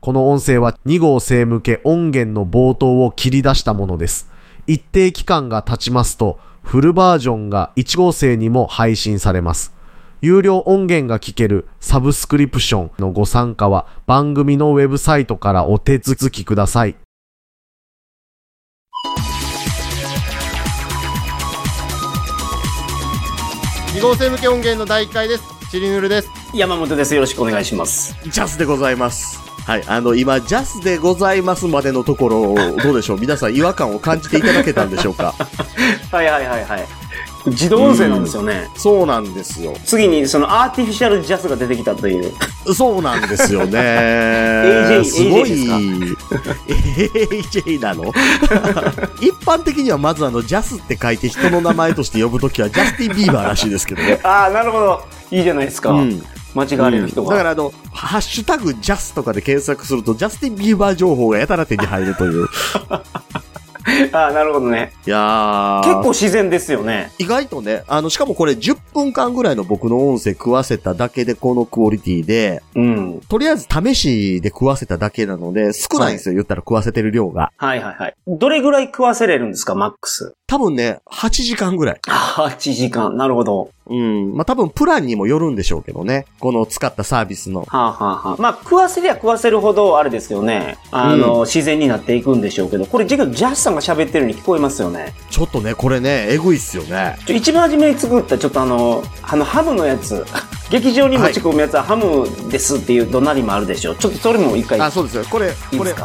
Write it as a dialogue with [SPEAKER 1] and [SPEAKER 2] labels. [SPEAKER 1] この音声は2号声向け音源の冒頭を切り出したものです。一定期間が経ちますと、フルバージョンが1号声にも配信されます。有料音源が聞けるサブスクリプションのご参加は番組のウェブサイトからお手続きください。
[SPEAKER 2] 2号声向け音源の第1回です。チリヌルです。
[SPEAKER 3] 山本です。よろしくお願いします。
[SPEAKER 4] ジャスでございます。はい。あの、今、ジャスでございますまでのと ころ、どうでしょう皆さん違和感を感じていただけたんでしょうか
[SPEAKER 3] はいはいはいはい。自動音声なんですよね、
[SPEAKER 4] うん、そうなんですよ
[SPEAKER 3] 次にそのアーティフィシャルジャスが出てきたという
[SPEAKER 4] そうなんですよね
[SPEAKER 3] AJ
[SPEAKER 4] すごい
[SPEAKER 3] AJ,
[SPEAKER 4] AJ なの 一般的にはまずあのジャスって書いて人の名前として呼ぶときはジャスティン・ビーバーらしいですけどね
[SPEAKER 3] ああなるほどいいじゃないですか、うん間違われる人が、
[SPEAKER 4] うん、だからあの、ハッシュタグジャスとかで検索すると、ジャスティン・ビーバー情報がやたら手に入るという。
[SPEAKER 3] ああ、なるほどね。
[SPEAKER 4] いや
[SPEAKER 3] 結構自然ですよね。
[SPEAKER 4] 意外とね、あの、しかもこれ10分間ぐらいの僕の音声食わせただけでこのクオリティで、
[SPEAKER 3] うん。
[SPEAKER 4] とりあえず試しで食わせただけなので、少ないんですよ、はい、言ったら食わせてる量が。
[SPEAKER 3] はいはいはい。どれぐらい食わせれるんですか、マックス。
[SPEAKER 4] 多分ね、8時間ぐらい。
[SPEAKER 3] 8時間、なるほど。
[SPEAKER 4] うん。まあ、多分プランにもよるんでしょうけどね。この使ったサービスの。
[SPEAKER 3] はあ、はあはあ、まあ、食わせりゃ食わせるほど、あれですよね。あの、うん、自然になっていくんでしょうけど、これ、ジェジャスさんが喋ってるように聞こえますよね。
[SPEAKER 4] ちょっとね、これね、えぐいっすよね。
[SPEAKER 3] ちょ一番初めに作った、ちょっとあの、あの、ハムのやつ。劇場に持ち込むやつは、はい、ハムですっていう怒鳴りもあるでしょう。ちょっとそれも一回。
[SPEAKER 4] あ、そうですよ。これ、
[SPEAKER 3] いい
[SPEAKER 4] これ。
[SPEAKER 3] はい。